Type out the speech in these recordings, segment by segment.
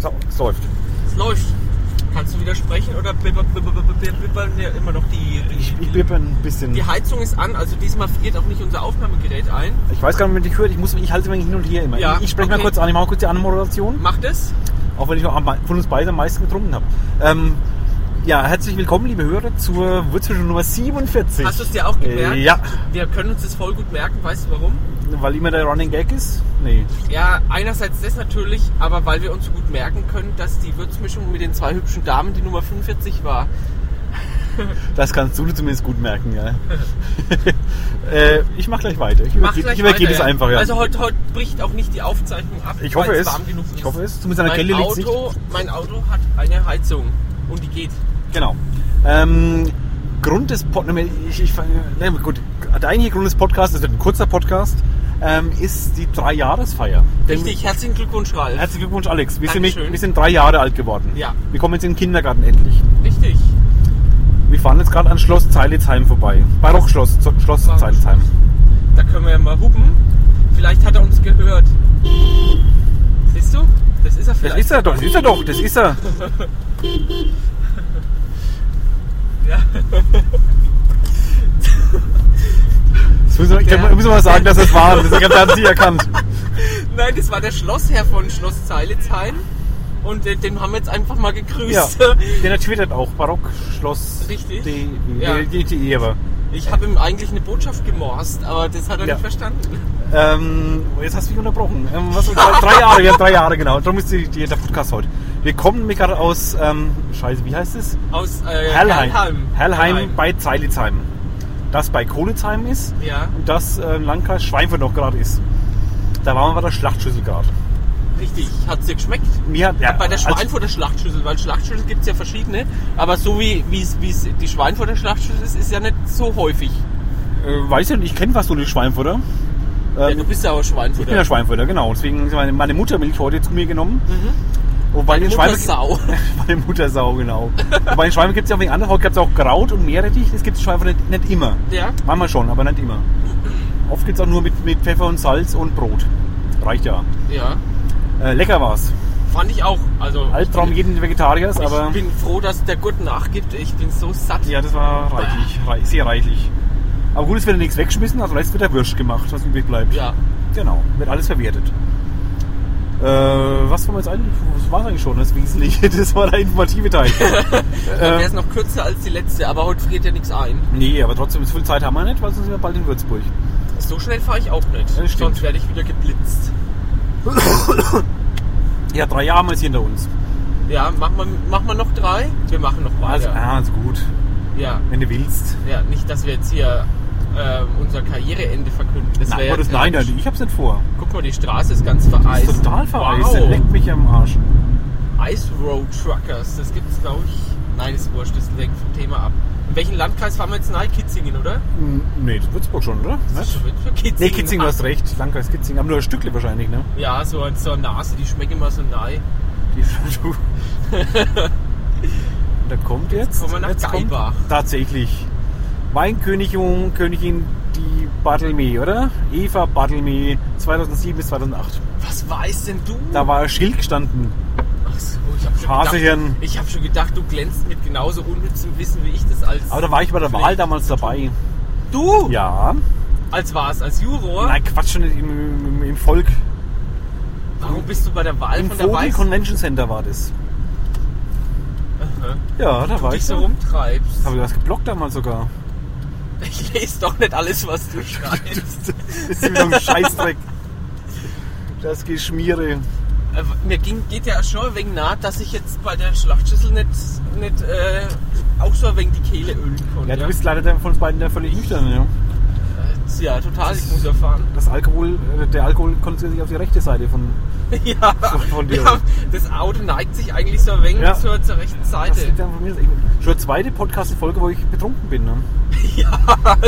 So, es läuft. Es läuft. Kannst du widersprechen oder bibber- bibber- bibber- bibber- bibbern wir immer noch die, Ich, die, ich bippe ein bisschen. die Heizung ist an, also diesmal friert auch nicht unser Aufnahmegerät ein. Ich weiß gar nicht, wie man hört. Ich, muss, ich halte mich hin und her immer. Ja, ich ich spreche mal okay. Mhm. kurz an. Ich mache kurz die Anmoderation. Macht es? Auch wenn ich noch am mei- von uns beiden am meisten getrunken habe. Ähm, ja, herzlich willkommen, liebe Hörer, zur Würzmischung Nummer 47. Hast du es dir auch gemerkt? Ja, Wir können uns das voll gut merken, weißt du warum? weil immer der Running Gag ist. Nee. Ja, einerseits das natürlich, aber weil wir uns so gut merken können, dass die Würzmischung mit den zwei hübschen Damen die Nummer 45 war. Das kannst du dir zumindest gut merken, ja. äh, ich mache gleich weiter. Ich, Mach überge- gleich ich übergebe weiter, es ja. einfach, ja. Also heute, heute bricht auch nicht die Aufzeichnung ab, ich hoffe weil es. warm genug ist. Ich hoffe es. Zumindest an der mein, Kelle liegt es nicht. Auto, mein Auto hat eine Heizung und die geht. Genau. Ähm, Grund des Pod ne, ich, ich, ne, gut, der eigentliche Grund des Podcasts, es wird ein kurzer Podcast, ähm, ist die Dreijahresfeier. Denn- Richtig, herzlichen Glückwunsch, Ralf. Herzlichen Glückwunsch, Alex. Wir sind, nicht, Dankeschön. wir sind drei Jahre alt geworden. Ja. Wir kommen jetzt in den Kindergarten endlich. Richtig. Wir fahren jetzt gerade an Schloss Zeilitzheim vorbei. Barockschloss, Zo- Schloss Barockschloss. Zeilitzheim. Da können wir ja mal hupen. Vielleicht hat er uns gehört. Siehst du? Das ist er Das vielleicht. ist er doch, das ist er doch, das ist er. Ja. Das müssen wir, ich Der- kann, müssen wir mal sagen, dass das war. Das ist ganz haben Sie erkannt. Nein, das war der Schlossherr von Schloss Zeilitzheim. Und äh, den haben wir jetzt einfach mal Ja. gegrüßt. Der twittert auch. Barockschloss. äh, Richtig. Die, die, Ja. die, die Ewe. Ich habe ihm eigentlich eine Botschaft gemorst, aber das hat er Ja. nicht verstanden. Ähm, jetzt hast du mich unterbrochen. Ähm, was, drei, drei Jahre, wir haben drei Jahre, genau. Darum ist die, die, der Podcast heute. Wir kommen nämlich gerade aus, ähm, scheiße, wie heißt es? Aus äh, Hellheim. Hellheim. Hellheim bei Zeilitzheim. Das bei Kolitzheim ist Ja, und das äh, im Landkreis Schweinfurt noch gerade ist. Da waren wir bei der Schlachtschüssel gerade. richtig. Hat's dir geschmeckt? Mir hat, ja, Bei der also- Schweinfurter Schlachtschüssel, weil Schlachtschüssel gibt's ja verschiedene, aber so wie wie es wie es die Schweinfurter Schlachtschüssel ist, ist ja nicht so häufig. äh, weiß ich nicht, ich kenne fast nur die Schweinfurter. Ja, Ähm, du bist ja aber ich bin ja Schweinfurter. Schweinfurter, genau. Deswegen ist meine, meine Muttermilch heute zu mir genommen. Wobei in Mhm. Mutter Schweinfurt- Sau. Meine Muttersau, genau. Wobei in Schweinfurt gibt es ja auch wegen anderer, gibt es auch Kraut und Meerrettich. Das gibt es in Schweinfurt nicht, nicht immer. Ja, Manchmal schon, aber nicht immer. Oft gibt es auch nur mit, mit Pfeffer und Salz und Brot. Reicht ja. ja. Äh, lecker war's. Fand ich auch. Also Albtraum jeden Vegetariers, Halt, aber ich bin froh, dass der Gurt nachgibt. Ich bin so satt. ja, das war reichlich, rei sehr reichlich. Aber gut, es wird ja nichts weggeschmissen, also jetzt wird der Würsch gemacht, was übrig bleibt. Ja. Genau, wird alles verwertet. Äh, was war jetzt eigentlich? Was war eigentlich schon das Wesentliche? Das war der informative Teil. Dann wäre es noch kürzer als die letzte, aber heute friert ja nichts ein. nee, aber trotzdem, so viel Zeit haben wir nicht, weil sonst sind wir bald in Würzburg. So schnell fahre ich auch nicht. das stimmt. Sonst werde ich wieder geblitzt. Ja, drei Jahre haben wir jetzt hinter uns. Ja, machen wir mach mal noch drei. Wir machen noch Also, weiter. ah, ist gut, ja. wenn du willst. ja, nicht, dass wir jetzt hier ähm, unser Karriereende verkünden. Das Nein, wäre Gottes, ja, nein, nein, ich hab's nicht vor. Guck mal, die Straße ist ganz Das vereist. ist total vereist, Wow. der leckt mich am Arsch. Ice Road Truckers, das gibt's glaube ich. Nein, ist wurscht, das lenkt vom Thema ab. In welchen Landkreis fahren wir jetzt nach Kitzingen, oder? Hm, Nee, das ist Würzburg schon, oder? Das Nicht? wird für Kitzingen. Nee, Kitzing, du hast recht. Landkreis Kitzing. Aber nur ein Stückle wahrscheinlich, ne? Ja, so an so einer Nase, die schmecken immer so nahe. Die du. da kommt jetzt. kommen wir nach kommt Gaibach. Tatsächlich. Weinkönigung, Königin, die Bartelmee, oder? Eva Bartelmee, 2007 bis 2008. Was weiß denn du? Da war ein Schild gestanden. Ach so, ich habe schon, Hasehirn. gedacht- ich hab schon gedacht, du glänzt mit genauso unnützem Wissen wie ich das als. Aber da war ich bei der Wahl damals dabei. Du? Ja. Als war es, als Juror? Nein, Quatsch, nicht im, im, im Volk. Warum bist du bei der Wahl Im von der Vogel Weiß? Convention Center war das. Aha. Ja, da war Du ich. dich so da. rumtreibst. Habe ich was geblockt damals sogar. Ich lese doch nicht alles, was du schreibst. Das ist wieder ein Scheißdreck. Das Geschmiere. Äh, Mir ging, geht ja schon ein wenig nahe, dass ich jetzt bei der Schlachtschüssel nicht, nicht äh, auch so ein wenig die Kehle ölen konnte. Ja, du bist leider der, von uns beiden der völlig nüchterne. Ja. Äh, ja, total, ich muss ja fahren. Das Alkohol, äh, der Alkohol konzentriert sich auf die rechte Seite von. ja, von dir. ja, das Auto neigt sich eigentlich so ein wenig Ja. zur, zur rechten Das Seite. liegt an von mir. Ich- Schon die zweite Podcast-Folge, wo ich betrunken bin. Ne? ja,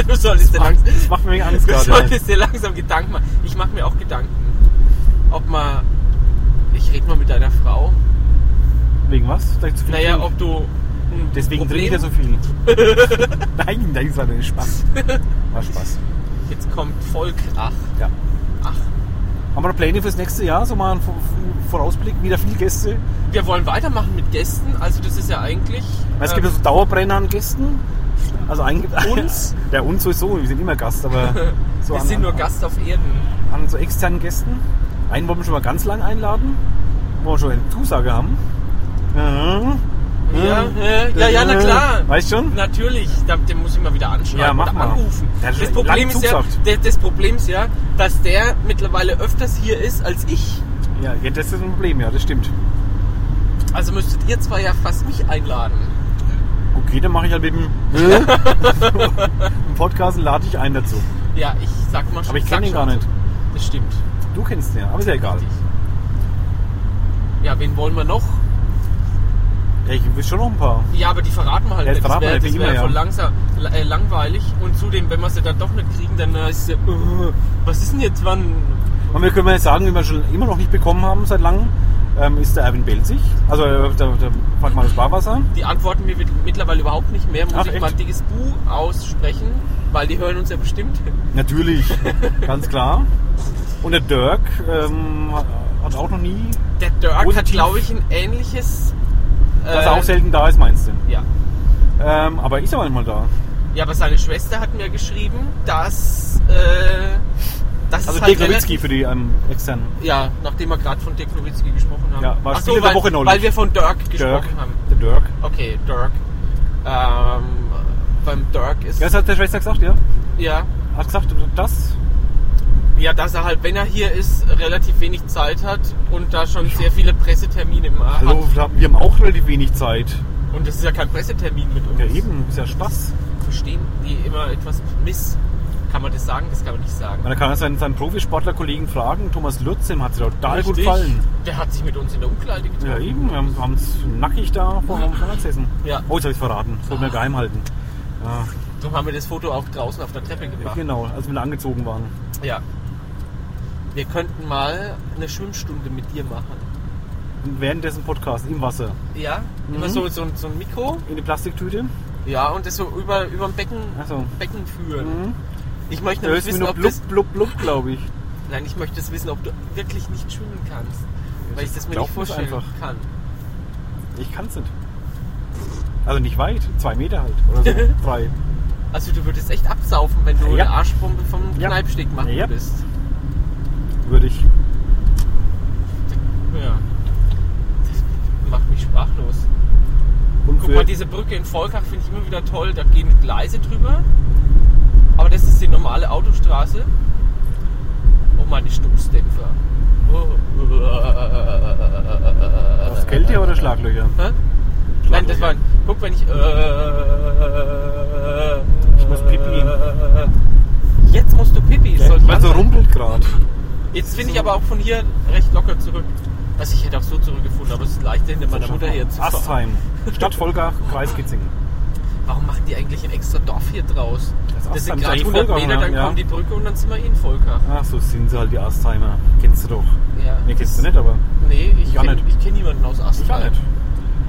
du solltest dir Angst, langsam, das macht mir wegen Angst du gerade. solltest dir langsam Gedanken machen. Ich mache mir auch Gedanken, ob man... Ich rede mal mit deiner Frau. Wegen was? Vielleicht zu viel Naja, trinken? ob du... ein Deswegen trinke ich ja so viel. nein, nein, das war nicht Spaß. War Spaß. Jetzt kommt Vollkrach. Ja. Ach, Haben wir Pläne fürs nächste Jahr? So mal einen Vo- Vorausblick, wieder viel Gäste. Wir wollen weitermachen mit Gästen, also das ist ja eigentlich. Weil es gibt ja ähm, so Dauerbrenner an Gästen. Also ein, Uns? Ja, uns sowieso, wir sind immer Gast, aber so wir an, sind nur an- Gast auf Erden. an so externen Gästen. Einen wollen wir schon mal ganz lang einladen, wo wir schon eine Zusage haben. Mhm. Ja, Mhm. ja, ja, ja, na klar. Weißt schon? Natürlich, da- den muss ich mal wieder anschreiben Ja, mach oder mal. anrufen. Der hat Das schon Problem, lange ist ja, zugesagt. der- das Problem ist ja, dass der mittlerweile öfters hier ist als ich. Ja, ja, das ist ein Problem, ja, das stimmt. Also müsstet ihr zwei ja fast mich einladen. Okay, dann mache ich halt mit dem, mit dem Podcast lade ich einen dazu. Ja, ich sag mal schon. Aber ich sag kenne ihn schon gar nicht. so. Das stimmt. Du kennst ihn ja, aber ist ja egal. Richtig. Ja, wen wollen wir noch? Ja, ich will schon noch ein paar. Ja, aber die verraten wir halt Ja, nicht. verraten wir wär- nicht, wie das wär immer, voll ja. langsam, äh, langweilig. Und zudem, wenn wir sie dann doch nicht kriegen, dann äh, ist es ja, äh, was ist denn jetzt, wann? Und wir können mal sagen, wie wir schon immer noch nicht bekommen haben seit langem, ähm, ist der Erwin Belzig. Also äh, der, der Frank-Marius Barwasser. Die antworten mir mit- mittlerweile überhaupt nicht mehr. Muss Ach, ich echt? mal ein dickes Bu aussprechen, weil die hören uns ja bestimmt. Natürlich, ganz klar. Und der Dirk ähm, hat auch noch nie, Der Dirk hat, Positiv. glaube ich, ein ähnliches... dass äh, er auch selten da ist, meinst du? ja. Ähm, aber ist ja manchmal da. ja, aber seine Schwester hat mir geschrieben, dass... Äh, dass Also es Dirk halt Nowitzki für die ähm, externen. Ja, nachdem wir gerade von Dirk Nowitzki gesprochen haben. Ja, war Ach so, Spieler der weil, Woche neulich. weil wir von Dirk gesprochen Dirk, haben. der Dirk. Okay, Dirk. Ähm, beim Dirk ist. Ja, das hat der Schwester gesagt, ja? ja, Hat gesagt, das? ja, dass er halt, wenn er hier ist, relativ wenig Zeit hat und da schon sehr viele Pressetermine im Ar- Hallo, hat. wir haben- wir haben auch relativ wenig Zeit. Und das ist ja kein Pressetermin mit uns. Ja eben, ist ja Spaß. Verstehen die immer etwas miss? Kann man das sagen? Das kann man nicht sagen. Man kann ja seinen, seinen Profisportlerkollegen fragen, Thomas Lutz, dem hat es total gut Richtig. gefallen. Der hat sich mit uns in der Umkleide Ja getroffen. eben, wir haben es nackig da vor dem Platz gesessen. Ja. Oh, jetzt habe ich verraten. Das wollten wir geheim halten. Ja, Darum haben wir das Foto auch draußen auf der Treppe gemacht. Genau, als wir da angezogen waren. Ja. Wir könnten mal eine Schwimmstunde mit dir machen. Und währenddessen Podcast im Wasser. Ja? Immer Mhm. so, so, so ein Mikro. In die Plastiktüte. Ja, und das so über, über dem Becken, Ach so. Becken führen. Mhm. Ich möchte Da nämlich hörst du wissen, nur ob das, blub, blub, blub, glaube ich. Nein, ich möchte das wissen, ob du wirklich nicht schwimmen kannst. Weil ich das mir glaub nicht mir's vorstellen einfach. kann. Ich kann es nicht. Also nicht weit, zwei Meter halt. Oder so. Drei. Also du würdest echt absaufen, wenn du Ja. eine Arschbombe vom Ja. Kneipsteg machen Ja. würdest. Würde ich. Ja. Das macht mich sprachlos. Und Guck für- mal, diese Brücke in Volkach finde ich immer wieder toll. Da gehen Gleise drüber. Aber das ist die normale Autostraße. Oh, meine Stoßdämpfer. Oh. das Geld hier oder Schlaglöcher? Hä? Nein, das war. Guck, wenn ich. Äh, Ich muss Pipi gehen. Jetzt musst du Pipi. es Ja, soll weil so dran sein. rumpelt gerade. Jetzt finde ich aber auch von hier recht locker zurück. Also ich hätte auch so zurückgefunden, aber es ist leichter hinter meiner Mutter hier zu fahren. Astheim. Stadt Volgach, Kreis Kitzingen. Warum machen die eigentlich ein extra Dorf hier draus? Das ist Das sind Astheim, gerade ist eigentlich 100 Volkach, Meter, ne? dann Ja. kommt die Brücke und dann sind wir eh in Volkach. Ach, so sind sie halt die Astheimer. Kennst du doch. Ja. Nee, kennst du nicht, aber. Nee, ich Ich auch kenne nicht. kenn niemanden aus Astra. Ich auch nicht.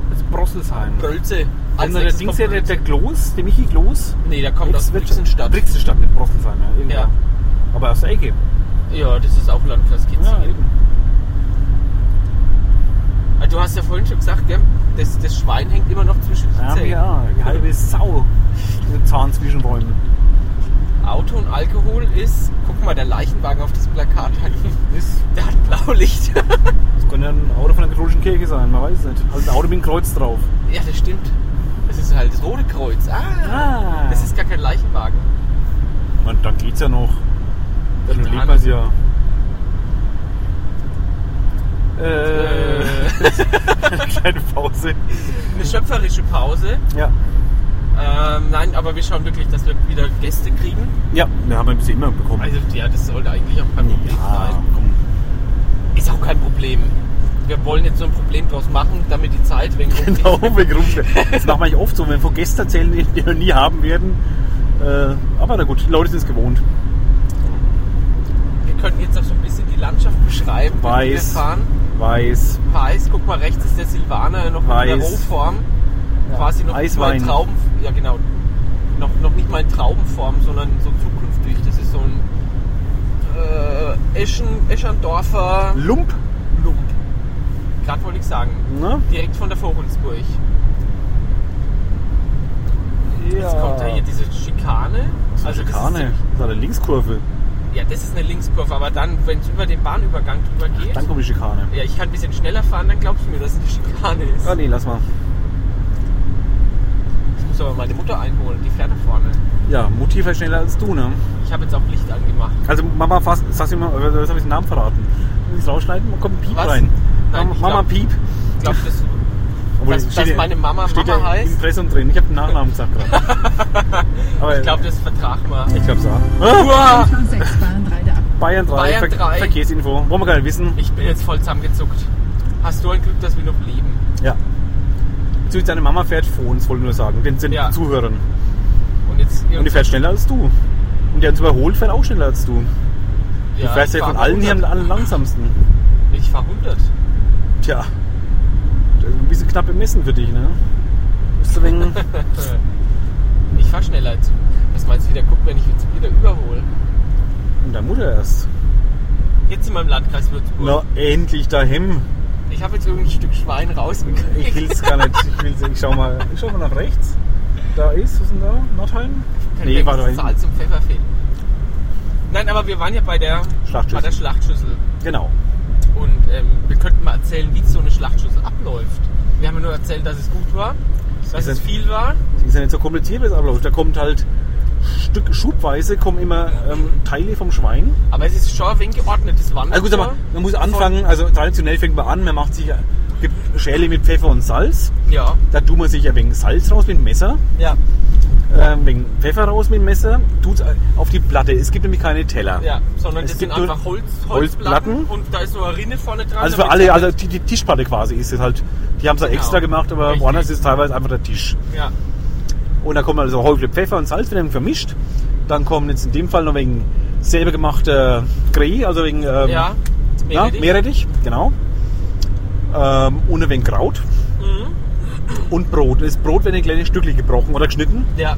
Das ist Brosselsheim. Brölze. Also der nächstes Dings kommt hier, der, der Brölze. Gloß, der Michi Gloß. Nee, der kommt aus Brixenstadt. Brixenstadt, nicht Brosselsheim, ja. irgendwo. Ja. Aber aus der Ecke. Ja, das ist auch Landkreis Kitzingen. eben. Ah, Du hast ja vorhin schon gesagt, gell? Das, das Schwein hängt immer noch zwischen den Ja, Zähnen. ja, die halbe Sau. Mit Zahn zwischenräumen. Auto und Alkohol ist, guck mal, der Leichenwagen auf das Plakat hat, Das, der hat Blaulicht. das könnte ein Auto von der katholischen Kirche sein, man weiß es nicht. Also ein Auto mit einem Kreuz drauf. ja, das stimmt. Das ist halt das Rote Kreuz. Ah, Ah. das ist gar kein Leichenwagen. Man, dann geht's ja noch. Dann Total. lebt man es ja. Äh, kleine Pause. Eine schöpferische Pause. Ja. Ähm, nein, aber wir schauen wirklich, dass wir wieder Gäste kriegen. Ja, wir haben ein bisschen immer bekommen. Also ja, das sollte eigentlich auch kein Problem ja, sein. komm. Ist auch kein Problem. Wir wollen jetzt so ein Problem draus machen, damit die Zeit wegen Genau, wir rufen. Das machen wir nicht oft so, wenn wir von Gästen erzählen, die die wir nie haben werden. Äh, aber na gut, die Leute sind es gewohnt. Wir könnten jetzt auch so ein bisschen die Landschaft beschreiben, wenn wir Weiß. fahren. Weiß. Weiß, guck mal, rechts ist der Silvaner noch in der Weiß. Rohform. Quasi noch Eiswein. nicht mal in Trauben. Ja genau. Noch, noch nicht mal in Traubenform, sondern so zukünftig. Das ist so ein äh, Eschen, Eschendorfer Lump. Lump. Gerade wollte ich sagen. Ne? Direkt von der Vogelsburg. Jetzt kommt ja hier diese Schikane. Also das Schikane. Ist, Das ist eine Linkskurve. ja, das ist eine Linkskurve, aber dann, wenn es über den Bahnübergang drüber geht. Dann kommt die Schikane. ja, ich kann ein bisschen schneller fahren, dann glaubst du mir, dass es eine Schikane ist. Ah nee, lass mal. Ich muss aber meine Mutter einholen, die fährt da vorne. Ja, Mutti fährt schneller als du, ne? Ich habe jetzt auch Licht angemacht. Also Mama, fast, sagst du immer, äh, jetzt habe ich den Namen verraten. Wenn ich rausschneiden, dann kommt ein Piep Was? rein. Nein, ich Mama glaub- Piep. Ich glaube, das Obwohl, Dass- steht dass ja- meine Mama steht Mama ja heißt? Im Impressum drin. Ich habe den Nachnamen gesagt gerade. Aber Ich glaube, das vertrag mal. ich glaube es auch. Uah! Anschau 6 Bahn 3 der Ab Bayern 3, Bayern drei. Verkehrsinfo. Wollen wir gar nicht wissen. Ich bin jetzt voll zusammengezuckt. Hast du ein Glück, dass wir noch leben? Ja. Bezüglich deiner Mama fährt vor uns, wollte ich nur sagen. Den, den Ja. Zuhörern. Und jetzt. Und die fährt schneller als du. Und der uns überholt, fährt auch schneller als du. Du fährst ja von allen hier am am langsamsten. Ich fahr 100. Tja. Das ist ein bisschen knapp bemessen für dich, ne? Bist du wegen. Ich fahr schneller als du. Was meinst du wieder? Guck, wenn ich jetzt wieder überhole. Und der Mutter erst. Jetzt in meinem Landkreis Würzburg. Na, endlich daheim. Ich habe jetzt irgendein Stück Schwein Ich rausgekriegt. will's gar nicht. Ich, will's, ich schau mal. Ich schau mal nach rechts. Da ist, was ist denn da? Nordheim? Nee, war da hinten. Salz und Pfeffer fehlen. Nein, aber wir waren ja bei der Schlachtschüssel. Bei der Schlachtschüssel. Genau. Und ähm, wir könnten mal erzählen, wie so eine Schlachtschüssel abläuft. Wir haben ja nur erzählt, dass es gut war, dass ist es ein- viel war. Die ist ja nicht so kompliziert, wie es abläuft. Da kommt halt Stück schubweise kommen immer ähm, Teile vom Schwein. Aber es ist schon ein wenig geordnetes Wandern. Also gut, sag mal, man muss anfangen, also traditionell fängt man an, man macht sich äh, gibt Schäle mit Pfeffer und Salz. Ja, Da tut man sich ein wenig Salz raus mit dem Messer, ja, äh, ein wenig Pfeffer raus mit dem Messer, tut auf die Platte. Es gibt nämlich keine Teller. ja. Sondern Es das sind gibt nur einfach Holz, Holzplatten, Holzplatten. und da ist noch eine Rinne vorne dran. Also für damit- alle, also die, die Tischplatte quasi ist es halt. Die haben es Genau. extra gemacht, aber Richtig. woanders ist teilweise einfach der Tisch. Ja, Und da kommen also Häufle Pfeffer und Salz werden vermischt. Dann kommen jetzt in dem Fall noch wegen selber gemachter Grey, also wegen ähm, ja. ja, Meerrettich. Meerrettich, genau. Ähm, und ein wenig Kraut. Mhm. Und Brot. Das Brot wird in kleine Stücke gebrochen oder geschnitten, Ja,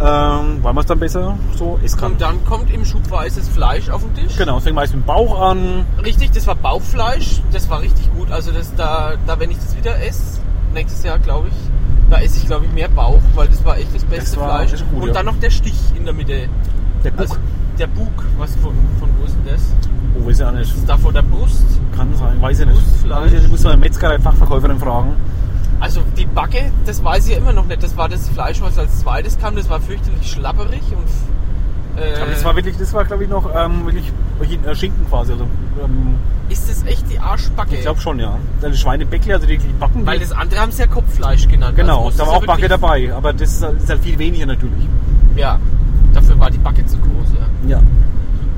ähm, weil man es dann besser so essen kann. und dann kommt im Schub weißes Fleisch auf den Tisch. Genau, es fängt meist mit dem Bauch an. Richtig, das war Bauchfleisch. Das war richtig gut. Also das da, da wenn ich das wieder esse, nächstes Jahr glaube ich, da esse ich glaube ich mehr Bauch, weil das war echt das beste war Fleisch. echt gut, Und ja. dann noch der Stich in der Mitte. Der Bug. Also der Bug, was von, von wo ist denn das? oh, weiß ich auch nicht. Das ist da vor der Brust. Kann sein, weiß ich nicht. Also, Brustfleisch. Ich muss mal eine Metzgerei-Fachverkäuferin fragen. Also die Backe, das weiß ich ja immer noch nicht. Das war das Fleisch, was als zweites kam. Das war fürchterlich schlapperig und äh, Aber das war wirklich, das war glaube ich noch ähm, wirklich äh, Schinken quasi. Also, ähm, ist das echt die Arschbacke? Ich glaube schon, ja. Dann Schweinebäckle, also die, die Backen. Weil die, das andere haben sie ja Kopffleisch genannt. Also genau, muss da das war ja auch Backe wirklich- dabei, aber das ist halt, ist halt viel weniger natürlich. Ja, dafür war die Backe zu groß. Ja. Ja.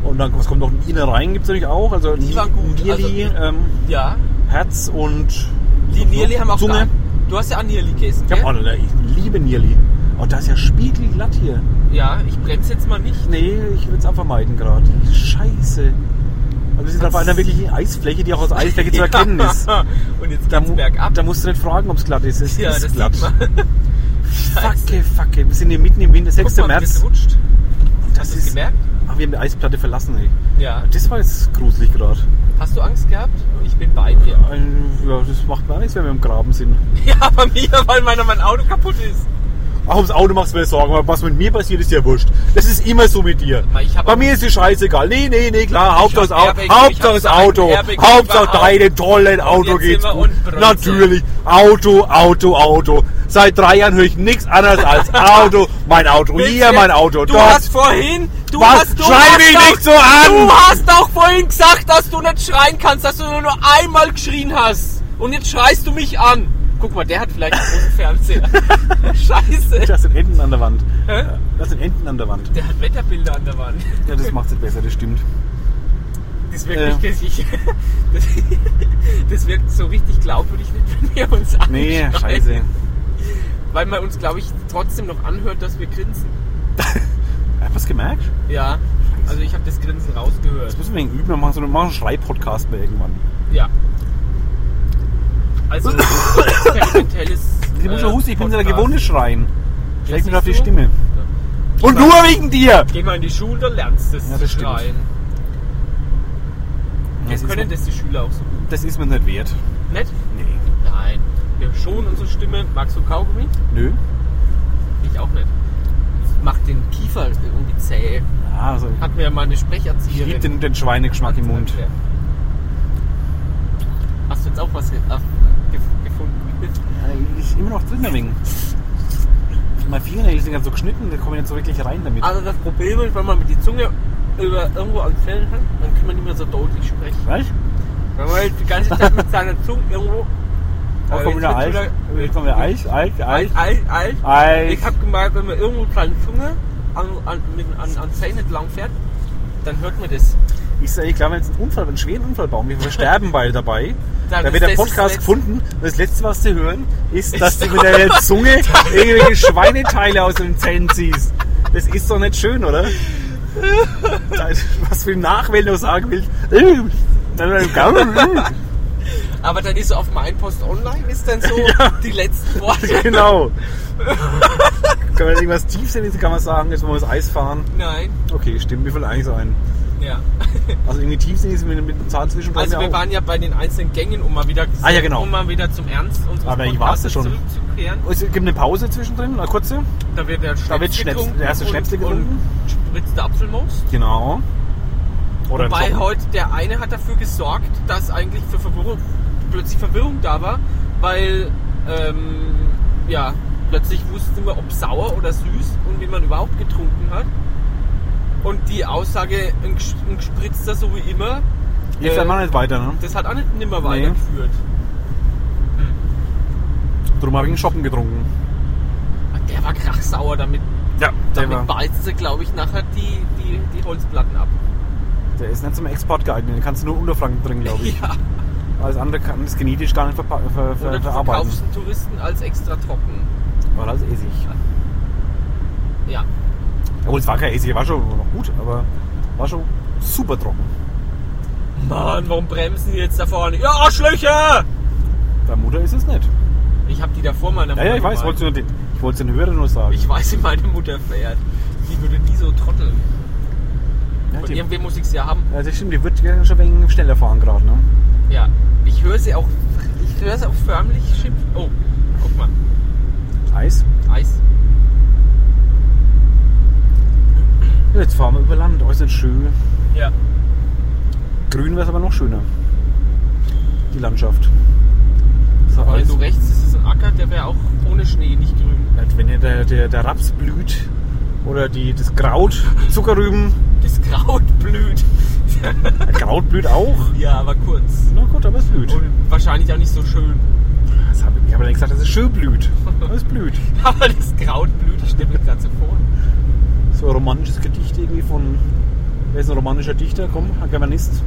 Und dann, was kommt noch? Innereien gibt es natürlich auch. Also Die waren gut, Nierli, also- ähm, Ja, Herz und. die Nierli haben auch Zunge. gar- Du hast ja auch Nierli gegessen, Ich, hab gell? auch, eine- ich liebe Nierli. Oh, da ist ja spiegelglatt hier. Ja, ich bremse jetzt mal nicht. Nee, ich würde es auch vermeiden gerade. Scheiße. Also wir sind gerade bei einer wirklichen Eisfläche, die auch aus Eisfläche zu erkennen ist. Und jetzt Da, geht's mu- bergab. da musst du nicht fragen, ob es glatt ist. Es ja, ist das glatt. sieht man. Facke, facke. Wir sind hier mitten im Winter, 6. Guck mal, wie das März. rutscht. Das Hast du es ist, gemerkt? Ach, wir haben die Eisplatte verlassen, ey. Ja. Das war jetzt gruselig gerade. Äh, Hast du Angst gehabt? Ich bin bei dir. Ja, das macht man nichts, wenn wir im Graben sind. Ja, bei mir, weil mein, mein Auto kaputt ist. Auch ums Auto machst du mir Sorgen, aber was mit mir passiert, ist dir wurscht. Das ist immer so mit dir. Ma, ich hab- Bei mir ist die Scheiße egal. Nee, nee, nee, klar. Hauptsache das hab Auto. Airbag, Hauptsache ich das hab einen Auto. Airbag Hauptsache überhaupt. deinem tollen Auto jetzt geht's sind wir gut. und Bronze. Natürlich. Auto, Auto, Auto. Seit drei Jahren höre ich nichts anderes als Auto, mein Auto, Willst hier du- mein Auto, Du dort. hast vorhin. Du Was? hast. Du Schrei hast mich doch- nicht so an! Du hast auch vorhin gesagt, dass du nicht schreien kannst, dass du nur einmal geschrien hast. Und jetzt schreist du mich an. Guck mal, der hat vielleicht einen großen Fernseher. Scheiße. Das sind Enten an der Wand. Hä? Das sind Enten an der Wand. Der hat Wetterbilder an der Wand. Ja, das macht es besser, das stimmt. Das wirkt, nicht, ich, das, das wirkt so richtig glaubwürdig nicht, wenn wir uns anschreien. Nee, scheiße. Äh, Weil man uns, glaube ich, trotzdem noch anhört, dass wir grinsen. Hab was gemerkt? Ja, also ich habe das Grinsen rausgehört. Das müssen wir wegen üben, wir machen so einen, machen einen Schrei-Podcast mal irgendwann. Ja. Also, experimentelles. Ich muss äh, schon husten, ich bin so der Podcast. gewohnte Schreien. Schlägt Jetzt mir auf die siehst du? Stimme. Und nur wegen dir! Geh mal in die Schule, da lernst du es Ja, zu das stimmt. schreien. Wir ist können mir- das die Schüler auch so gut. das ist mir nicht wert. Nett? Nee. Nein. Wir schonen unsere Stimme. Magst du Kaugummi? Nö. Ich auch nicht. Macht den Kiefer irgendwie zäh. Ja, also, Hat mir meine um ich Sprecherzieherin. liebe den, den Schweinegeschmack im Mund. Ja. Hast du jetzt auch was ge- auf- gef- gefunden? Äh, Ist immer noch drin, der Wing. Mein Fingernägel sind ganz so geschnitten, da kommen jetzt so wirklich rein damit. Also das Problem ist, wenn man mit die Zunge über irgendwo am Fell hat, dann kann man nicht mehr so deutlich sprechen. Weißt Wenn man jetzt die ganze Zeit mit seiner Zunge irgendwo... Da Aber kommt jetzt wieder wird's Eis. Jetzt kommt wieder Eis, Eis, Eis. Alt, alt, alt. Eis. Ich habe gemerkt, wenn man irgendwo seine Zunge an, an, mit, an, an Zähne entlang fährt, dann hört man das. Ich sage, ich glaube, jetzt einen Unfall, einen schweren Unfall bauen. Wir sterben beide dabei. Dann da ist wird der das Podcast das gefunden. Und das Letzte, was sie hören, ist, dass du mit der Zunge irgendwelche Schweineteile aus den Zähnen ziehst. Das ist doch nicht schön, oder? Was für ein Nachwählen noch sagen will. Aber dann ist so auf meinem Post online, ist dann so die letzten Worte. genau. Kann man irgendwas Tiefsinniges kann man sagen, jetzt wollen wir das Eis fahren. Nein. Okay, stimmt, wir fallen eigentlich so ein. Ja. Also irgendwie Tiefsinniges mit, mit dem Zahn zwischen Also wir waren ja bei den einzelnen Gängen, um mal wieder, Ah, ja, genau. um mal wieder zum Ernst unseres Aber ich war's Podcasts ja schon. zurückzukehren. Es gibt eine Pause zwischendrin, eine kurze. Da wird der Schnaps Da wird Schnaps- getrunken der erste und- Schnaps und getrunken. spritzt der Apfelmus. Genau. Oder ein Weil Schoppen. heute der eine hat dafür gesorgt, dass eigentlich für Verwirrung, plötzlich Verwirrung da war, weil ähm, ja, plötzlich wussten wir, ob sauer oder süß und wie man überhaupt getrunken hat. Und die Aussage, ein gesch- ein gespritzter so wie immer, Jetzt äh, dann mal nicht weiter, ne? das hat auch nicht nimmer weitergeführt. Drum habe ich einen Schoppen getrunken. Ah, Der war krachsauer, damit, Ja, der, damit war, beißt sie, glaube ich, nachher die, die, die Holzplatten ab. der ist nicht zum Export geeignet. Den kannst du nur Unterfranken trinken, glaube ich. Ja, Alles andere kann das genetisch gar nicht verpa- ver ver oder du verarbeiten. verkaufst den Touristen als extra trocken. War das Essig? Ja, Obwohl, es war kein Essig, war schon noch gut, aber war schon super trocken. Mann, warum bremsen die jetzt da vorne? Ja, Arschlöcher! Bei Mutter ist es nicht. Ich habe die davor meiner Ja, Mutter ja, ich weiß, gemalt. wolltest du den, ich wollte den Hörer nur sagen. Ich weiß, wie meine Mutter fährt. Die würde nie so trotteln. ja, Und die, irgendwie muss ich sie ja haben. ja, das stimmt, die wird ja schon wegen schneller fahren gerade, ne? Ja, ich höre sie auch... Ich höre sie auch förmlich schimpfen. Oh, guck mal. Eis. Eis. Ja, jetzt fahren wir über Land, äußerst schön. Ja. Grün wäre es aber noch schöner. Die Landschaft. So, Weil also, du rechts ist es ein Acker, der wäre auch ohne Schnee nicht grün. wenn hier der, der, der Raps blüht oder die, das Kraut, Zuckerrüben, Das Kraut blüht. Kraut blüht auch. ja, aber kurz. Na gut, aber es blüht. Und wahrscheinlich auch nicht so schön. Das hab ich ich habe nicht gesagt, dass es schön blüht. Aber es blüht. Aber das Kraut blüht, ich stelle mir das Ganze vor. So ein romantisches Gedicht irgendwie von. Wer ist ein romantischer Dichter? Komm, ein Germanist.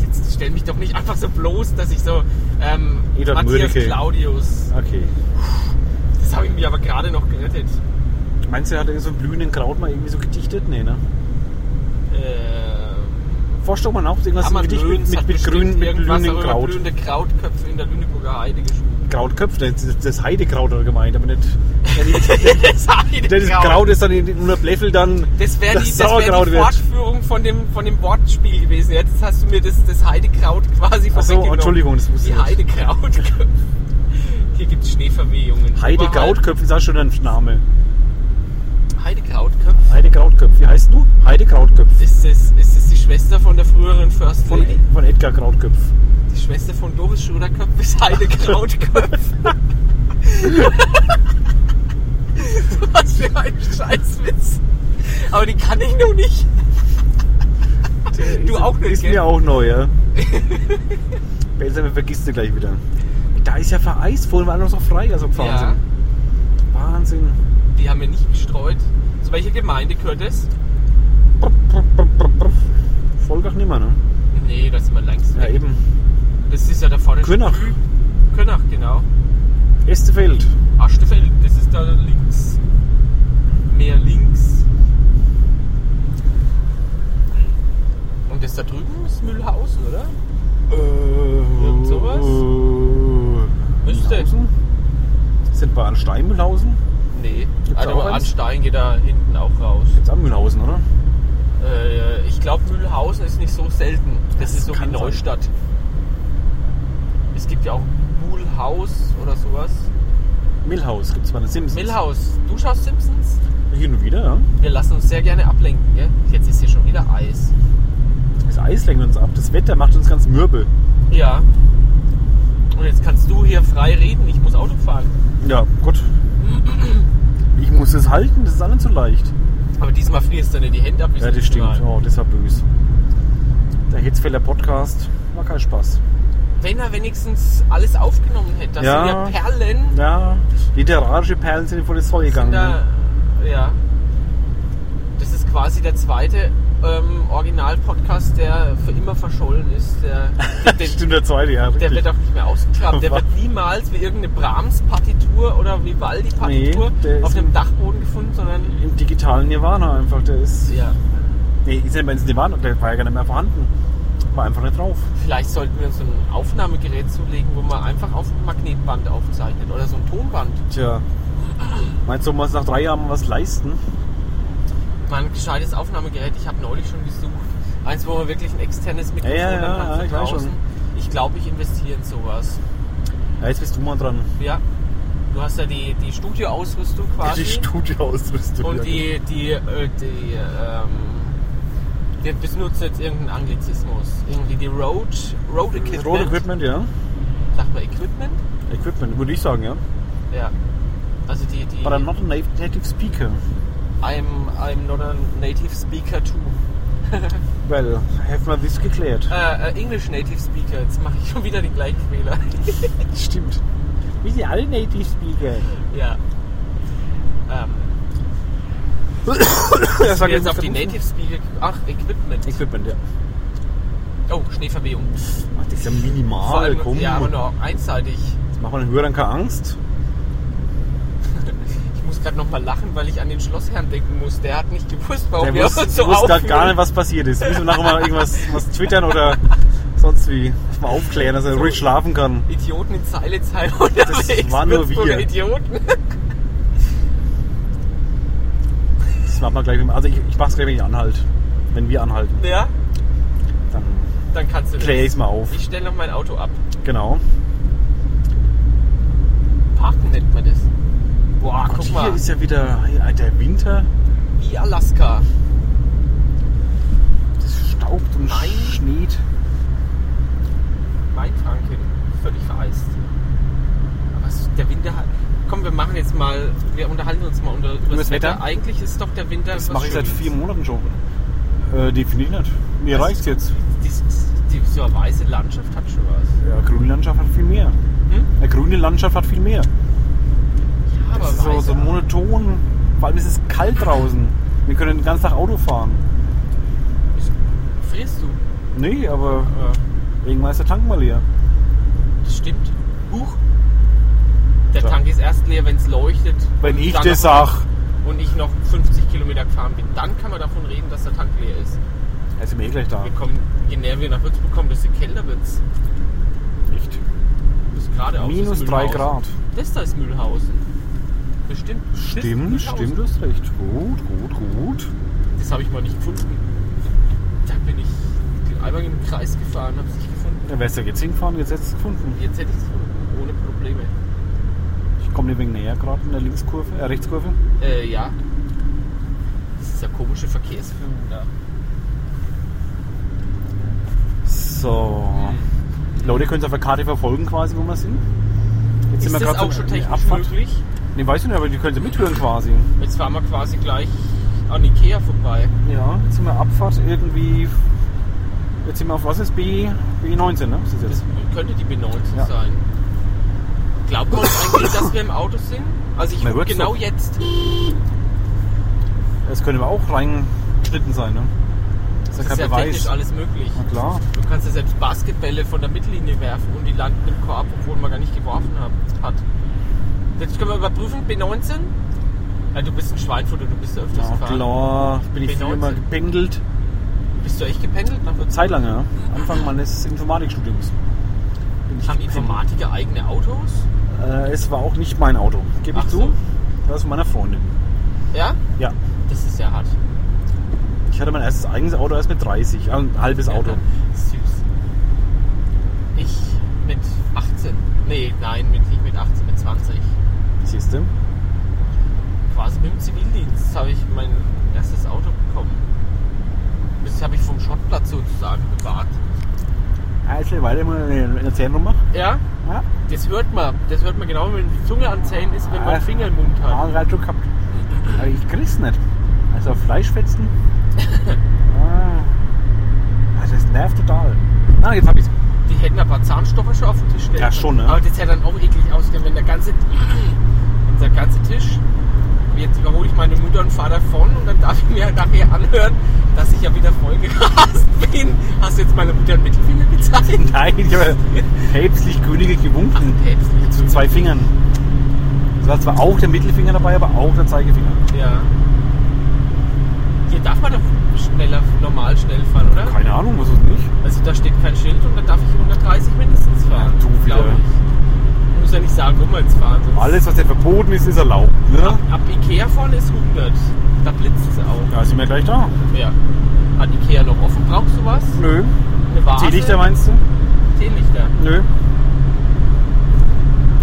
Jetzt stell mich doch nicht einfach so bloß, dass ich so ähm, Eduard Matthias Mörike. Claudius. Okay. Das habe ich mir aber gerade noch gerettet. Meinst du, er hat so einen blühenden Kraut mal irgendwie so gedichtet? Nee, ne? Ähm, Forsch doch mal nach, ob es irgendwas Hermann im Gedicht Löns mit, hat mit, mit, bestimmt grün, mit irgendwas blühendem darüber, Kraut. blühende Krautköpfe in der Lüneburger Heide geschrieben. Krautköpfe, das ist das Heidekraut oder gemeint, aber nicht. nicht- das Das ist Kraut ist dann in in einer Bleffel dann. Das wäre die, das wär Sauerkraut die wird. Fortführung von dem, von dem Wortspiel gewesen. Jetzt hast du mir das, das Heidekraut quasi Ach so, vorweggenommen. Entschuldigung, das wusste genau. Die ich nicht. Heidekrautköpfe. Hier gibt es Schneeverwehungen. Heide Oberhalb- Krautköpf ist auch schon ein Name. Heidekrautköpfe. Heide Krautköpf, wie heißt du? Heide Krautköpf. Ist das, ist das die Schwester von der früheren First Von, Lady? von Edgar Krautköpf. Die Schwester von Doris Schröderköpf ist Heide Krautköpf. Was für ein Scheißwitz. Aber die kann ich noch nicht. Du auch nicht, Ist gell? mir auch neu, ja. Besser, vergisst du gleich wieder. Da ist ja vereist, vorhin war noch so frei, also Wahnsinn. Wahnsinn. Die haben wir nicht gestreut. Zu welcher Gemeinde gehört das? Brr, brr, brr, brr, brr. Volgach nimmer, ne? Nee, das ist mal längst Ja, weg. eben. das ist ja da vorne. Könach. Könach, genau. Estefeld. Astefeld, das ist da links. Mehr links. Und das da drüben ist Mühlhausen, oder? Irgend sowas? Müsste. Sind wir an Steinmühlhausen? Nee. Gibt's Also auch eins? Anstein geht da hinten auch raus. Jetzt am Mühlhausen, oder? Äh, ich glaube, Mühlhausen ist nicht so selten. Das, ist so wie kann sein. Neustadt. Es gibt ja auch Mulhaus oder sowas. Millhouse gibt es bei den Simpsons. Millhaus, du schaust Simpsons? Hin und wieder, ja. Wir lassen uns sehr gerne ablenken, gell? Jetzt ist hier schon wieder Eis. Das Eis lenkt uns ab. Das Wetter macht uns ganz mürbe. Ja. Und jetzt kannst du hier frei reden, ich muss Auto fahren. Ja, gut. Ich muss es halten, das ist alles zu leicht. Aber diesmal frierst du dir die Hände ab. wie Ja, das das letzte stimmt. Mal. Oh, das war böse. Der Hitzfeller Podcast war kein Spaß. Wenn er wenigstens alles aufgenommen hätte, das Ja. sind ja Perlen. Ja, literarische Perlen sind vor die Säule gegangen. Sind ne? da, ja. Das ist quasi der zweite ähm, Original-Podcast, der für immer verschollen ist. Der, den, Stimmt, der zweite, ja. Der richtig. wird auch nicht mehr ausgegraben. Der wird niemals wie irgendeine Brahms-Partitur oder Vivaldi-Partitur Nee, der auf ist- einem Dachboden gefunden, sondern. Im digitalen Nirvana einfach. Der ist. Ja, Nee, ist ja nicht mehr ins Nirvana, der war ja gar nicht mehr vorhanden. War einfach nicht drauf. vielleicht sollten wir uns so ein Aufnahmegerät zulegen, wo man einfach auf ein Magnetband aufzeichnet oder so ein Tonband. Tja. Meinst du, man muss nach drei Jahren mal was leisten? Mal ein gescheites Aufnahmegerät, ich habe neulich schon gesucht. Eins, wo man wirklich ein externes Mikrofon Ja, ja, dann hat ja, von ich weiß draußen. schon. Ich glaube, ich investiere in sowas. Ja, jetzt bist du mal dran. Ja. Du hast ja die, die Studioausrüstung quasi. Die Studioausrüstung. ja. Und die, die, äh, die, ähm, wir benutzen jetzt irgendeinen Anglizismus. Irgendwie die Road, Road Equipment. Road Equipment, ja. Sagt man Equipment? Equipment, würde ich sagen, ja. Ja. Also die, die, But I'm not a nat- native speaker. I'm, I'm not a native speaker too. Well, have my this geklärt. Äh, äh, English native speaker. Jetzt mache ich schon wieder den gleichen Fehler. Stimmt. Wie sind alle native speaker? ja. Ähm, Ja, sind wir jetzt auf die native speaker. Ach, Equipment. Equipment, ja. Oh, Schneeverwehung. Ach, das ist ja minimal, Vor allem, komm. ja, aber nur einseitig. Jetzt macht man den Hörern keine Angst. Ich muss gerade noch mal lachen, weil ich an den Schlossherrn denken muss. Der hat nicht gewusst, warum Der wir wusste, uns so wusste gar, aufführen. gar nicht, was passiert ist. Müssen wir nachher mal irgendwas was twittern oder sonst wie. Mal aufklären, dass er So. ruhig schlafen kann. Idioten in Silence High unterwegs. waren nur Würzburger wir. Idioten. Das machen wir gleich. mit- Also ich, ich mach's gleich, wenn ich anhalt. Wenn wir anhalten. Ja, Dann dann kannst du das. klär ich's mal auf. Ich stelle noch mein Auto ab. Genau. Parken nennt man das. Boah, Gott, guck hier mal. ist ja wieder ja, der Winter. Wie Alaska. Das staubt und Nein. schneit. Mein Franken. Völlig vereist. Aber es- der Winter hat... Komm, wir machen jetzt mal... Wir unterhalten uns mal unter, über, das, das Wetter. Wetter? Eigentlich ist doch der Winter... Das was mache ich seit Schönes. vier Monaten schon. Äh, definitiv nicht. Mir Das- reicht's jetzt. Die, die, die, so eine weiße Landschaft hat schon was. Ja, grüne Landschaft hat viel mehr. Hm? Eine grüne Landschaft hat viel mehr. Ja, Das ist so, weiß so ja. monoton. Vor allem ist es kalt draußen. Wir können den ganzen Tag Auto fahren. Frierst du? Nee, aber irgendwann ist der Tank mal leer. Das stimmt. Huch. Der Ja. Tank ist erst leer, wenn es leuchtet. Wenn Und ich dann das noch- sag. Und ich noch 50 Kilometer gefahren bin. Dann kann man davon reden, dass der Tank leer ist. Er ist mir eh gleich da. Wir kommen, je näher wir nach Würzburg kommen, desto kälter wird's. Echt? Bis geradeaus. ist Minus 3 Mühlhausen. Grad. Das da ist Mühlhausen. Bestimmt. Das ist Stimmt, Mühlhausen. stimmt, du hast recht. Gut, gut, gut. Das habe ich mal nicht gefunden. Da bin ich einmal im Kreis gefahren, habe es nicht gefunden. Ja, wärst du jetzt hingefahren, jetzt hättest du es gefunden. Jetzt hätte ich es gefunden, ohne Probleme. Ich komme dir wegen näher gerade in der Linkskurve, äh, Rechtskurve. Äh, ja. Das ist ja komische Verkehrsführung da. So. Die Leute können es auf der Karte verfolgen quasi, wo wir sind. Jetzt Hm. Ist das grad so auch schon in der technisch Abfahrt. möglich? Nee, weiß ich nicht, aber die können sie mithören quasi. Jetzt fahren wir quasi gleich an Ikea vorbei. Ja, jetzt sind wir Abfahrt irgendwie. Jetzt sind wir auf was ist B, B19, ne? Ist das Das jetzt? könnte die B19 Ja. sein. Glaubt man uns eigentlich, dass wir im Auto sind? Also ich Na, guck wird's genau doch. jetzt. Das könnte aber auch reingeschnitten sein, ne? Das Das ist ja technisch alles möglich. Na klar. Du kannst ja selbst Basketbälle von der Mittellinie werfen und die landen im Korb, obwohl man gar nicht geworfen hab- hat. Jetzt können wir überprüfen, B19? Ja, du bist ein Schweinfutter, du bist ja öfters Na gefahren. klar. Bin ich B19. früher immer gependelt. Bist du echt gependelt nach Würzburg? Zeitlang, ja. ne? Anfang meines Informatikstudiums. Bin ich Haben gependelt. Informatiker eigene Autos? Äh, es war auch nicht mein Auto. Gebe ich Ach zu. so. Das ist meiner Freundin. Ja? Ja. Das ist ja hart. Ich hatte mein erstes eigenes Auto erst mit 30. Ah, Ein halbes Auto. Ja, süß. Ich mit 18. Nee, nein, mit, nicht mit 18, mit 20. Siehst du? Quasi mit dem Zivildienst habe ich mein erstes Auto bekommen. Das habe ich vom Schrottplatz sozusagen bewahrt. Also, weiter mal eine Zähnummer. Ja, Ja, das hört man. Das hört man genau, wenn die Zunge an Zähnen ist, wenn man Ah. einen Finger im Mund hat. haben gerade halt schon gehabt. Aber ich krieg's nicht. Also, Fleischfetzen. ah. Ah, Das nervt total. Ah, jetzt hab ich's. Die hätten ein paar Zahnstoffe schon auf den Tisch stellen Ja, können. schon, ne? Aber das hätte dann auch eklig ausgesehen, wenn der ganze, wenn der ganze Tisch. Jetzt überhole ich meine Mutter und fahre davon und dann darf ich mir nachher anhören, dass ich ja wieder vollgerast bin. Hast du jetzt meiner Mutter einen Mittelfinger gezeigt? Nein, ich habe päpstlich Könige gewunken. Päpstlich. Zu zwei Fingern. Es war zwar auch der Mittelfinger dabei, aber auch der Zeigefinger. Ja. Hier darf man doch schneller, normal schnell fahren, oder? Keine Ahnung, muss es nicht. Also da steht kein Schild und da darf ich 130 mindestens fahren. Ja, du wieder. glaub ich. Ich muss ja nicht sagen, wo wir jetzt fahren. sonst- Alles, was nicht verboten ist, ist erlaubt. Ne? Ab Ikea vorne ist 100. Da blitzt es auch. Ja, sind wir gleich da. Ja. Hat Ikea noch offen? Brauchst du was? Nö. Eine Vase? Teelichter meinst du? Teelichter. Nö.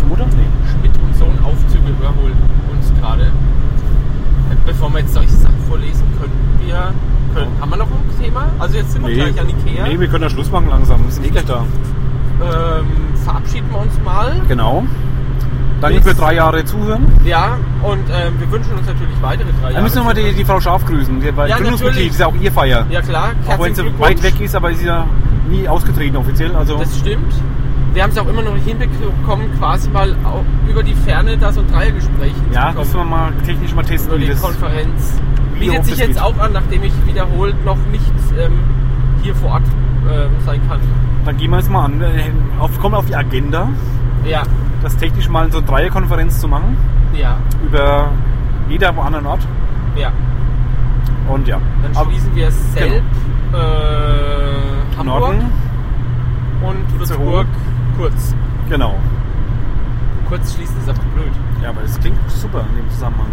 Mutter? Nee. Schmidt und Sohn Aufzüge überholen uns gerade. Bevor wir jetzt solche Sachen vorlesen, könnten wir... Können, haben wir noch ein Thema? Also jetzt sind wir gleich an Ikea. nee, wir können da Schluss machen langsam. Wir sind eh gleich da. Ähm, verabschieden wir uns mal. Genau. Danke Bis- für drei Jahre Zuhören. Ja, und ähm, wir wünschen uns natürlich weitere drei Jahre. Dann müssen wir mal die, die Frau Scharf grüßen. Die war Ja, natürlich. Gründungsmitglied, ist ja auch ihr Feier. Ja klar, auch wenn sie weit weg ist, aber sie ist ja nie ausgetreten offiziell. Also Das stimmt. Wir haben es auch immer noch nicht hinbekommen, quasi mal auch über die Ferne da so ein Dreiergespräch ja, müssen wir hinzubekommen. mal technisch mal testen, Über wie die das Konferenz. wie hoch Bietet sich das jetzt geht. auch an, nachdem ich wiederholt noch nicht ähm, hier vor Ort ähm, sein kann. Dann gehen wir jetzt mal an. äh, Auf, kommen wir auf die Agenda, Ja, das technisch mal so eine Dreierkonferenz zu machen. ja, Über jeder anderen Ort. ja. Und ja. Dann Aber schließen wir Selb, äh, Hamburg genau. Norden, und Itzehoe. Würzburg kurz. genau. Kurz schließen ist einfach blöd. Ja, aber das klingt super in dem Zusammenhang.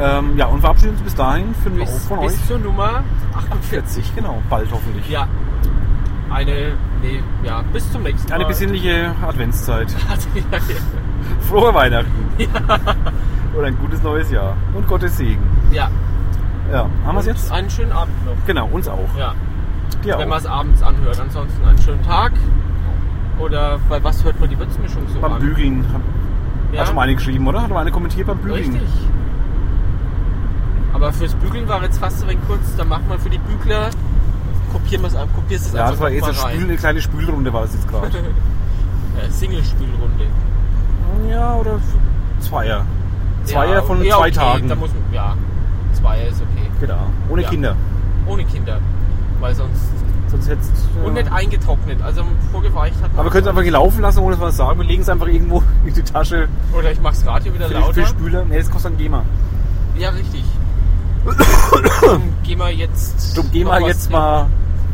Ähm, ja, und verabschieden uns bis dahin für Bis, von euch. bis zur Nummer 48. 40, genau, bald hoffentlich. Ja. Eine, nee, ja, bis zum nächsten Mal. Eine besinnliche Adventszeit. ja, Frohe Weihnachten. Oder ein gutes neues Jahr. Und Gottes Segen. ja. Ja, haben wir es Und jetzt? oh. Einen schönen Abend noch. Genau, uns auch. Ja. Dir Wenn auch. man es abends anhört. Ansonsten einen schönen Tag. Oder bei was hört man die Würzmischung so Beim an? Bügeln. Hat ja? schon mal eine geschrieben, oder? Hat schon mal eine kommentiert beim Bügeln. Richtig. Aber fürs Bügeln war jetzt fast so ein kurz, da macht man für die Bügler, kopieren wir es ab, kopierst es Ja, das einfach war eh jetzt mal eine, Spül, rein. eine kleine Spülrunde war das jetzt gerade. Äh, Single-Spülrunde. ja, oder Zweier. Zweier ja, von ja, zwei okay, Tagen. Da muss man, ja, Zweier ist okay. genau. Ohne Ja. Kinder. Ohne Kinder. Weil sonst. Sonst hättest, ja. Und nicht eingetrocknet. Also vorgeweicht hat man. Aber wir können es einfach hier laufen lassen, ohne dass wir es sagen. Wir legen es einfach irgendwo in die Tasche Oder ich mach's Radio wieder für die, für die lauter. Spüler. Ne, das kostet dann GEMA. Ja, richtig. Dann gehen wir jetzt. Drum gehen noch wir was jetzt nehmen. mal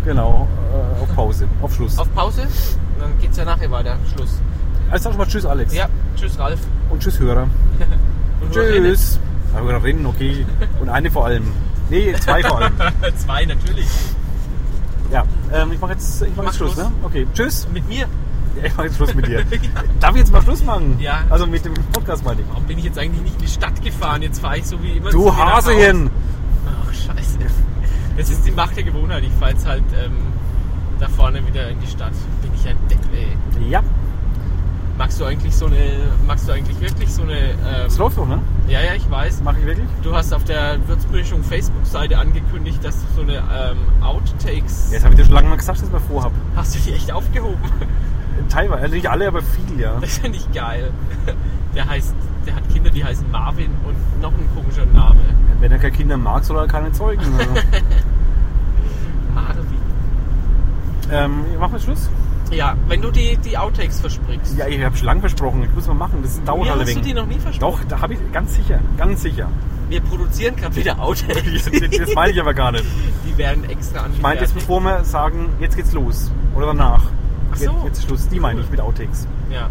genau, äh, auf Pause, auf Schluss. Auf Pause. Dann geht's ja nachher weiter. Schluss. Also sag schon mal Tschüss, Alex. Ja, tschüss Ralf. Und Tschüss, Hörer. Und Tschüss. Aber wir reden, okay. Und eine vor allem. Nee, zwei vor allem. Hurra. Zwei natürlich. Ja, ähm, ich mache jetzt, ich mach Mach jetzt Schluss, Schluss. ne? Okay, tschüss. Mit mir. Ja, ich mache jetzt Schluss mit dir. Darf ich jetzt mal Schluss machen? Ja. Also mit dem Podcast meine ich. Warum bin ich jetzt eigentlich nicht in die Stadt gefahren? Jetzt fahre ich so wie immer. Du zu mir nach Hause. Hasen! Ach, scheiße. Das ist die Macht der Gewohnheit. Ich fahre jetzt halt ähm, da vorne wieder in die Stadt. Bin ich ein Depp, ey. Ja, Magst du eigentlich so eine, magst du eigentlich wirklich so eine, ähm, das läuft doch, ne? ja, ja, ich weiß. Mache ich wirklich? Du hast auf der Würzmischung Facebook-Seite angekündigt, dass du so eine ähm, Outtakes, Ja, das habe ich dir schon lange mal gesagt, dass ich mal vorhab. hast du die echt aufgehoben? Teilweise, also nicht alle, aber viel, ja. Das finde ich geil. Der heißt, der hat Kinder, die heißen Marvin und noch ein komischer Name. Wenn er keine Kinder mag, soll er keine Zeugen. Also, Marvin. ähm, machen wir Schluss? Ja, wenn du die, die Outtakes versprichst. Ja, genau, ich habe schon lange versprochen, ich muss mal machen. Das dauert Mir alle hast du wegen. die noch nie versprochen. Doch, da habe ich ganz sicher, ganz sicher. Wir produzieren gerade wieder Outtakes. Jetzt- jetzt- Das meine ich aber gar nicht. Die werden extra angefertigt. Ich meine jetzt, bevor wir sagen, jetzt geht's los oder danach. Ach so. Jetzt, jetzt ist Schluss. Die meine ich mit Outtakes. Ja.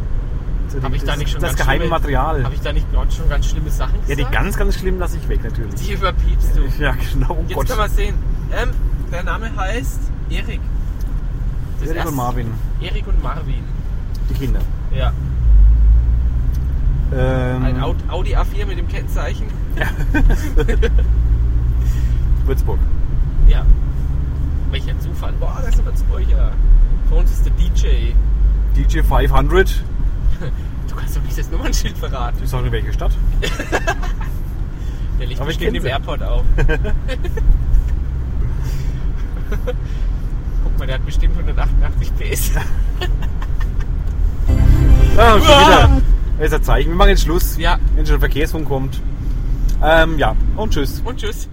Also Habe ich das, da nicht schon das ganz geheime schlimme, Material. Habe ich da nicht gerade schon ganz schlimme Sachen gesagt? ja, die ganz, ganz schlimmen lasse ich weg natürlich. Die überpiepst du. Ja, genau. Oh Jetzt Gott. kann man sehen. Ähm, Der Name heißt Erik. Das Erik erste- und Marvin, Erik und Marvin. die Kinder. Ja. Ähm, Ein Aut- Audi A4 mit dem Kennzeichen. Würzburg. Ja. Welcher Zufall. Boah, das ist aber Zbräucher. Vor uns ist der DJ. DJ 500. Du kannst doch nicht das Nummernschild verraten. Ich sage nicht, welche Stadt. Der liegt Aber ich bestimmt kenn im sie. Airport auf. Guck mal, der hat bestimmt 188 PS. Ah, schon Ah! wieder. Das ist ein Zeichen. Wir machen jetzt Schluss. Ja. Wenn schon der Verkehrsfunk kommt. Ähm, ja, und tschüss. Und tschüss.